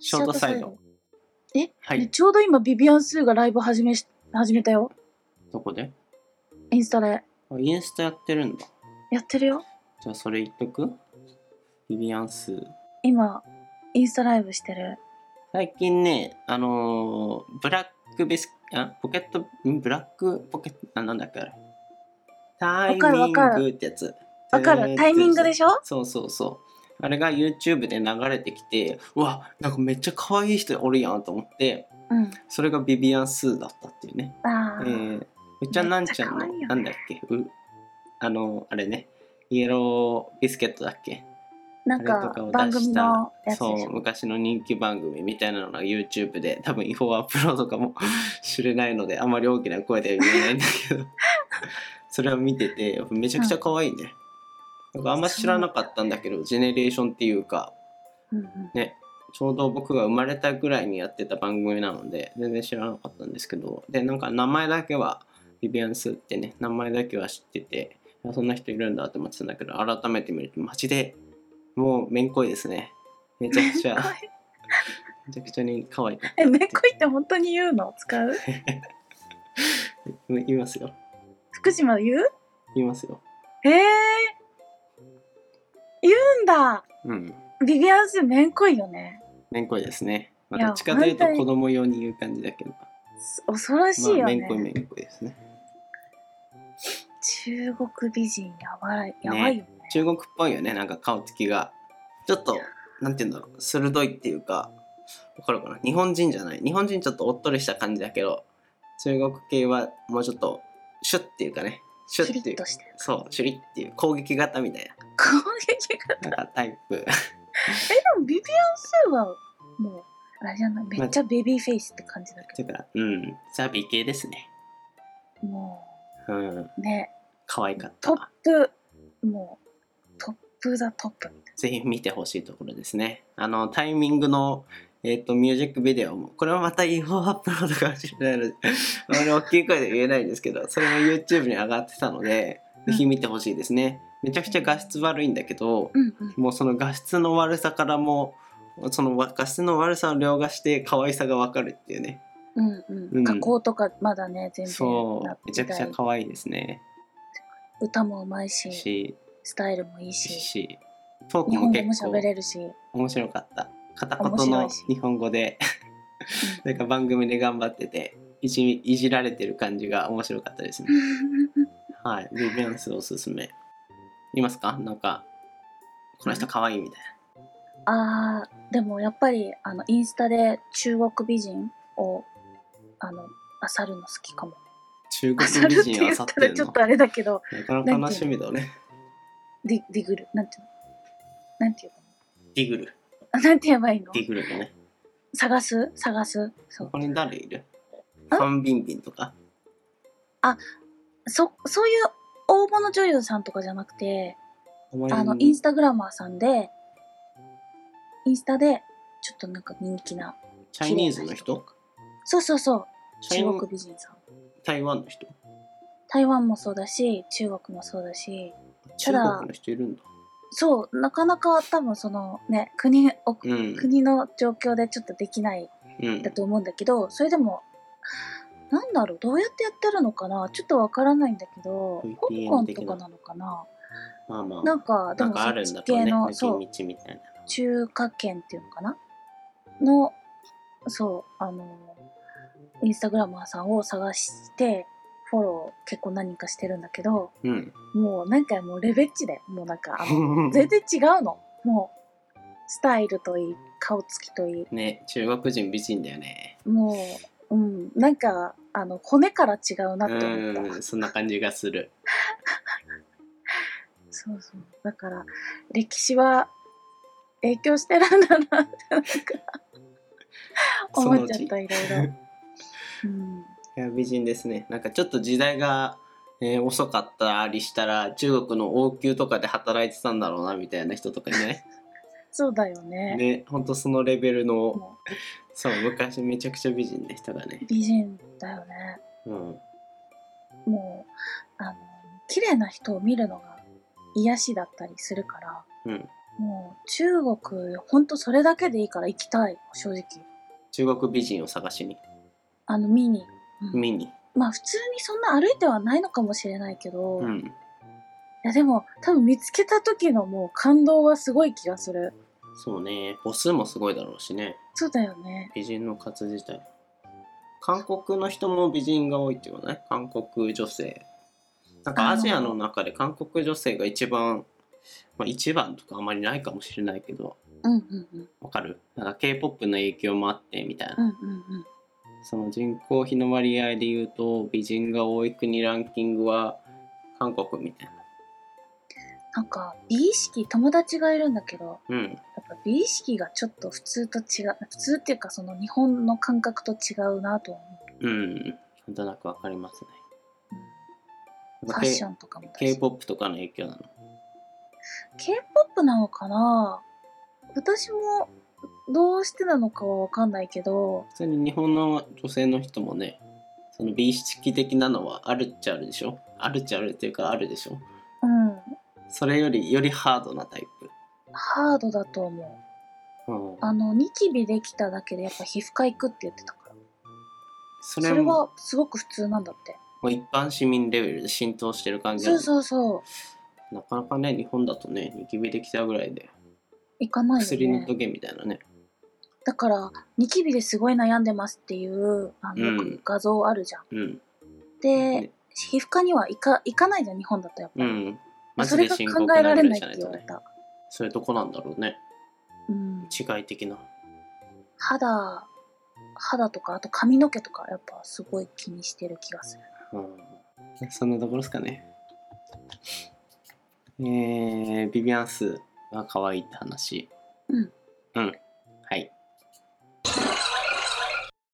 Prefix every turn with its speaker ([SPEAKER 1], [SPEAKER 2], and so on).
[SPEAKER 1] ショートサイド。
[SPEAKER 2] え、
[SPEAKER 1] は
[SPEAKER 2] ね
[SPEAKER 1] い。
[SPEAKER 2] ちょうど今ビビアン・スーがライブ始めし始めたよ
[SPEAKER 1] どこで
[SPEAKER 2] インスタで
[SPEAKER 1] あインスタやってるんだ。
[SPEAKER 2] やってるよ
[SPEAKER 1] じゃあそれ言っとくビビアンスー。
[SPEAKER 2] 今インスタライブしてる
[SPEAKER 1] 最近ね、あのーブラックビス、あ、ポケット、んブラックポケット、あ、なんだっけあれ。タイ
[SPEAKER 2] かる
[SPEAKER 1] ミ
[SPEAKER 2] わ
[SPEAKER 1] ン
[SPEAKER 2] かる
[SPEAKER 1] グってやつ。
[SPEAKER 2] わかるタイミングで
[SPEAKER 1] し
[SPEAKER 2] しょ
[SPEAKER 1] そうそうそう。あれが YouTube で流れてきて、うわ、なんかめっちゃ可愛い人おるやんと思って、
[SPEAKER 2] うん
[SPEAKER 1] それがビビアンスーだったっていうね。
[SPEAKER 2] あ
[SPEAKER 1] え
[SPEAKER 2] あ、
[SPEAKER 1] ー、うっちゃんなんちゃんの、
[SPEAKER 2] めっちゃ可愛いよね
[SPEAKER 1] なんだっけうあの、あれね、イエロービスケットだっけ
[SPEAKER 2] なん
[SPEAKER 1] あれ
[SPEAKER 2] か
[SPEAKER 1] とを
[SPEAKER 2] 番
[SPEAKER 1] 出し
[SPEAKER 2] 組
[SPEAKER 1] た
[SPEAKER 2] のやつで
[SPEAKER 1] そ
[SPEAKER 2] し
[SPEAKER 1] う
[SPEAKER 2] ょ
[SPEAKER 1] 昔の人気番組みたいなのが YouTube で多分違法アップロードかも しれないのであまり大きな声では言えないんだけ どそれを見ててやっぱめちゃくちゃ可愛いね、なんかあんま知らなかったんだけどジェネレーションっていうか
[SPEAKER 2] うんうん
[SPEAKER 1] ちょうど僕が生まれたぐらいにやってた番組なので全然知らなかったんですけどでなんか名前だけはビビアンスってね名前だけは知っててあそんな人いるんだって思ってたんだけど改めて見るとマジでもうめんこいですねめちゃくちゃ
[SPEAKER 2] めん こ
[SPEAKER 1] めちゃくちゃに可愛い
[SPEAKER 2] えめっこいって本当に言うの 使う
[SPEAKER 1] 言いますよ
[SPEAKER 2] 福島で言う
[SPEAKER 1] 言いますよ
[SPEAKER 2] ええ言うんだ
[SPEAKER 1] うん
[SPEAKER 2] ビビアンスめんこいよね
[SPEAKER 1] めんこいですねま
[SPEAKER 2] いや
[SPEAKER 1] た近づいと
[SPEAKER 2] 本当に
[SPEAKER 1] 子供用に言う感じだけど、
[SPEAKER 2] す恐ろしい
[SPEAKER 1] ま
[SPEAKER 2] よ
[SPEAKER 1] あめん
[SPEAKER 2] ね、
[SPEAKER 1] こいめんこいですね
[SPEAKER 2] 中国美人やばいやばいよね
[SPEAKER 1] 中国っぽいよねなんか顔つきがちょっとなんて言うんだろう鋭いっていうかわかるかな日本人じゃない日本人ちょっとおっとりした感じだけど中国系はもうちょっとシュッっていうかねシュ
[SPEAKER 2] キ
[SPEAKER 1] ッ
[SPEAKER 2] リ
[SPEAKER 1] ってい
[SPEAKER 2] ッ
[SPEAKER 1] う
[SPEAKER 2] としてる
[SPEAKER 1] そうシュリッっていう攻撃型みたい
[SPEAKER 2] 攻撃が
[SPEAKER 1] ななんかタイプ
[SPEAKER 2] えでもビビアンスーはもうあれじゃないめっちゃベビーフェイスって感じだけ
[SPEAKER 1] だからうんザ美系ですね
[SPEAKER 2] ども
[SPEAKER 1] うん
[SPEAKER 2] うね
[SPEAKER 1] 可愛かっ
[SPEAKER 2] トッ
[SPEAKER 1] た
[SPEAKER 2] プもうトップザトップみたい
[SPEAKER 1] ぜひ見てほしいところですねあのタイミングのえっ、とミュージックビデオもこれはまた違法アップロードかもしれないのであまり大きい声で言えないんですけどそれも YouTube に上がってたのでぜひ見てほしいですねめちゃくちゃ画質悪いんだけど
[SPEAKER 2] なうんうん
[SPEAKER 1] もうその画質の悪さからもその画質の悪さを凌駕して可愛さがわかるっていうね
[SPEAKER 2] うん
[SPEAKER 1] う
[SPEAKER 2] うんん、加工とかまだね全然
[SPEAKER 1] そ
[SPEAKER 2] なっ
[SPEAKER 1] うめち
[SPEAKER 2] て
[SPEAKER 1] ゃく
[SPEAKER 2] な
[SPEAKER 1] ちゃ
[SPEAKER 2] い
[SPEAKER 1] 可愛いですね
[SPEAKER 2] 歌もうまいし
[SPEAKER 1] し
[SPEAKER 2] スタイルもいいし
[SPEAKER 1] しトーク
[SPEAKER 2] 日
[SPEAKER 1] も
[SPEAKER 2] 本語も
[SPEAKER 1] 結構
[SPEAKER 2] 喋れるし、うん
[SPEAKER 1] 面白かった片
[SPEAKER 2] 面
[SPEAKER 1] 言
[SPEAKER 2] 白
[SPEAKER 1] の
[SPEAKER 2] いし
[SPEAKER 1] 日本語でなんか番組で頑張ってていじいじられてる感じが面白かったですねはいビビアンスおすすめいますかなんかこの人可愛いみたい
[SPEAKER 2] あーでもやっぱりあのインスタで中国美人をあの漁るの好きかも
[SPEAKER 1] な中国
[SPEAKER 2] 漁る
[SPEAKER 1] 美
[SPEAKER 2] って
[SPEAKER 1] 人
[SPEAKER 2] 言
[SPEAKER 1] あ
[SPEAKER 2] っ
[SPEAKER 1] さったて
[SPEAKER 2] ら
[SPEAKER 1] る
[SPEAKER 2] ちょ
[SPEAKER 1] の
[SPEAKER 2] っとあれだけど
[SPEAKER 1] なかなか楽しみだね
[SPEAKER 2] ディディグルなんていうのなんていう
[SPEAKER 1] ディグル
[SPEAKER 2] のなんて言えばいいの
[SPEAKER 1] ディグルだね
[SPEAKER 2] 探す探すそう
[SPEAKER 1] これ誰いる
[SPEAKER 2] あ
[SPEAKER 1] ファンビンビンとか
[SPEAKER 2] そそういう大物女優さんとかじゃなくて
[SPEAKER 1] あまり
[SPEAKER 2] あのインスタグラマーさんでインスタでちょっとなんか人気な
[SPEAKER 1] チャイニーズの人
[SPEAKER 2] そうそうそう
[SPEAKER 1] チャイ
[SPEAKER 2] 中
[SPEAKER 1] ニ
[SPEAKER 2] 国美人さん
[SPEAKER 1] 台湾の人
[SPEAKER 2] 台湾もそうだし中国もそうだしたた
[SPEAKER 1] だ
[SPEAKER 2] だ
[SPEAKER 1] 中国の人いるんだ
[SPEAKER 2] そうなかなか多分そのね国お
[SPEAKER 1] うん
[SPEAKER 2] 国の状況でちょっとできない
[SPEAKER 1] うん
[SPEAKER 2] だと思うんだけどそれでもなんだろうどうやってやってるのかなちょっとわからないんだけど
[SPEAKER 1] VPN
[SPEAKER 2] 香港とかなのかな
[SPEAKER 1] まあまあ
[SPEAKER 2] なんかで
[SPEAKER 1] なん
[SPEAKER 2] も
[SPEAKER 1] か
[SPEAKER 2] そ
[SPEAKER 1] あ
[SPEAKER 2] っ
[SPEAKER 1] るん
[SPEAKER 2] ち
[SPEAKER 1] だろう
[SPEAKER 2] 系
[SPEAKER 1] ね
[SPEAKER 2] の、
[SPEAKER 1] 抜
[SPEAKER 2] そう
[SPEAKER 1] け道みたいな
[SPEAKER 2] 中華圏っていうのかなのそうあのインスタグラマーさんを探してフォロー結構何人かしてるんだけど
[SPEAKER 1] うん
[SPEAKER 2] もうなんかもうレベッチでもうなんか あの全然違うのもうスタイルといい顔つきといい
[SPEAKER 1] ね中国人美人だよね
[SPEAKER 2] もう、うん、なんかあの骨から違うな
[SPEAKER 1] う
[SPEAKER 2] って思った
[SPEAKER 1] んそんな感じがする
[SPEAKER 2] そうそうだから歴史は影響してるんだなってなんか
[SPEAKER 1] その
[SPEAKER 2] 思
[SPEAKER 1] う
[SPEAKER 2] っち
[SPEAKER 1] ち
[SPEAKER 2] ゃったいろいろ、うん、
[SPEAKER 1] いや美人ですねなんかちょっと時代が、えー遅かったりしたら中国の王宮とかで働いてたんだろうなみたいな人とかいない
[SPEAKER 2] そうだよね
[SPEAKER 1] ねほんとそのレベルの
[SPEAKER 2] も
[SPEAKER 1] そう昔めちゃくちゃ美人な人が
[SPEAKER 2] う
[SPEAKER 1] ね
[SPEAKER 2] 美人だよね
[SPEAKER 1] うん
[SPEAKER 2] もうあの綺麗な人を見るのが癒しだったりするから、
[SPEAKER 1] うん
[SPEAKER 2] もう中国、ほんとそれだけでいいから行きたい、正直。
[SPEAKER 1] 中国美人を探しに
[SPEAKER 2] あの、見に。うん
[SPEAKER 1] 見に
[SPEAKER 2] まあ普通にそんな歩いてはないのかもしれないけど、
[SPEAKER 1] う
[SPEAKER 2] い
[SPEAKER 1] ん
[SPEAKER 2] やでも多分見つけた時のもう感動はすごい気がする。
[SPEAKER 1] そうね母数もすごいだろうしね
[SPEAKER 2] そうだよね。
[SPEAKER 1] 美人の数自体韓国の人も美人が多いってことね韓国女性なんか
[SPEAKER 2] あ
[SPEAKER 1] ア
[SPEAKER 2] ー
[SPEAKER 1] ジアの中で韓国女性が一番、まあ、一番とかあまりないかもしれないけど
[SPEAKER 2] うんうんうん。
[SPEAKER 1] わかるなんか k p o p の影響もあってみたいな、
[SPEAKER 2] うんうんうん。
[SPEAKER 1] その人口比の割合で言うと美人が多い国ランキングは韓国みたいな
[SPEAKER 2] なんか美意識、友達がいるんだけど、
[SPEAKER 1] うん
[SPEAKER 2] やっぱ美意識がちょっと普通と違う、普通っていうかその日本の感覚と違うなとは思
[SPEAKER 1] うんなんとなくわかりますね
[SPEAKER 2] う。ファッションとかもだし
[SPEAKER 1] k p o p とかの影響なの
[SPEAKER 2] K-POP なのかな私もどうしてなのかはわかんないけど、
[SPEAKER 1] 普通に日本の女性の人もねその美意識的なのはあるっちゃあるでしょあるっちゃあるっていうかあるでしょ
[SPEAKER 2] うん、
[SPEAKER 1] それよりよりハードなタイプ、
[SPEAKER 2] ハードだと思う。
[SPEAKER 1] うん、
[SPEAKER 2] あの、ニキビできただけでやっぱ皮膚科行くって言ってたから。
[SPEAKER 1] そ
[SPEAKER 2] そ
[SPEAKER 1] れ
[SPEAKER 2] れ
[SPEAKER 1] も
[SPEAKER 2] はすごく普通なんだって。
[SPEAKER 1] もう一般市民レベルで浸透してる感じな
[SPEAKER 2] そ
[SPEAKER 1] の
[SPEAKER 2] うそうそう。
[SPEAKER 1] なかなかね日本だとねニキビできたぐらいで
[SPEAKER 2] 行かない
[SPEAKER 1] 薬
[SPEAKER 2] よ
[SPEAKER 1] 塗っ
[SPEAKER 2] ね
[SPEAKER 1] と。けみたいなね
[SPEAKER 2] だから、ニキビですごい悩んでますっていう、あの、
[SPEAKER 1] うん
[SPEAKER 2] よく画像あるじゃん。
[SPEAKER 1] うん
[SPEAKER 2] で、
[SPEAKER 1] ね
[SPEAKER 2] 皮膚科には行か行かないじゃん、日本だとやっぱ
[SPEAKER 1] う
[SPEAKER 2] り。
[SPEAKER 1] んマジ
[SPEAKER 2] それ
[SPEAKER 1] で
[SPEAKER 2] が
[SPEAKER 1] 深刻
[SPEAKER 2] 考えら
[SPEAKER 1] な
[SPEAKER 2] れ
[SPEAKER 1] ぐら
[SPEAKER 2] ない
[SPEAKER 1] いじゃな
[SPEAKER 2] って
[SPEAKER 1] い
[SPEAKER 2] 言
[SPEAKER 1] と
[SPEAKER 2] われ
[SPEAKER 1] ね
[SPEAKER 2] た。
[SPEAKER 1] そういうとこなんだろうね
[SPEAKER 2] うん、
[SPEAKER 1] 違い的な
[SPEAKER 2] 肌、肌とか、あと髪の毛とか、やっぱすごい気にしてる気がする。
[SPEAKER 1] うん、そんなところですかね。えー、ビビアンスが可愛いって話。
[SPEAKER 2] うん。
[SPEAKER 1] うん。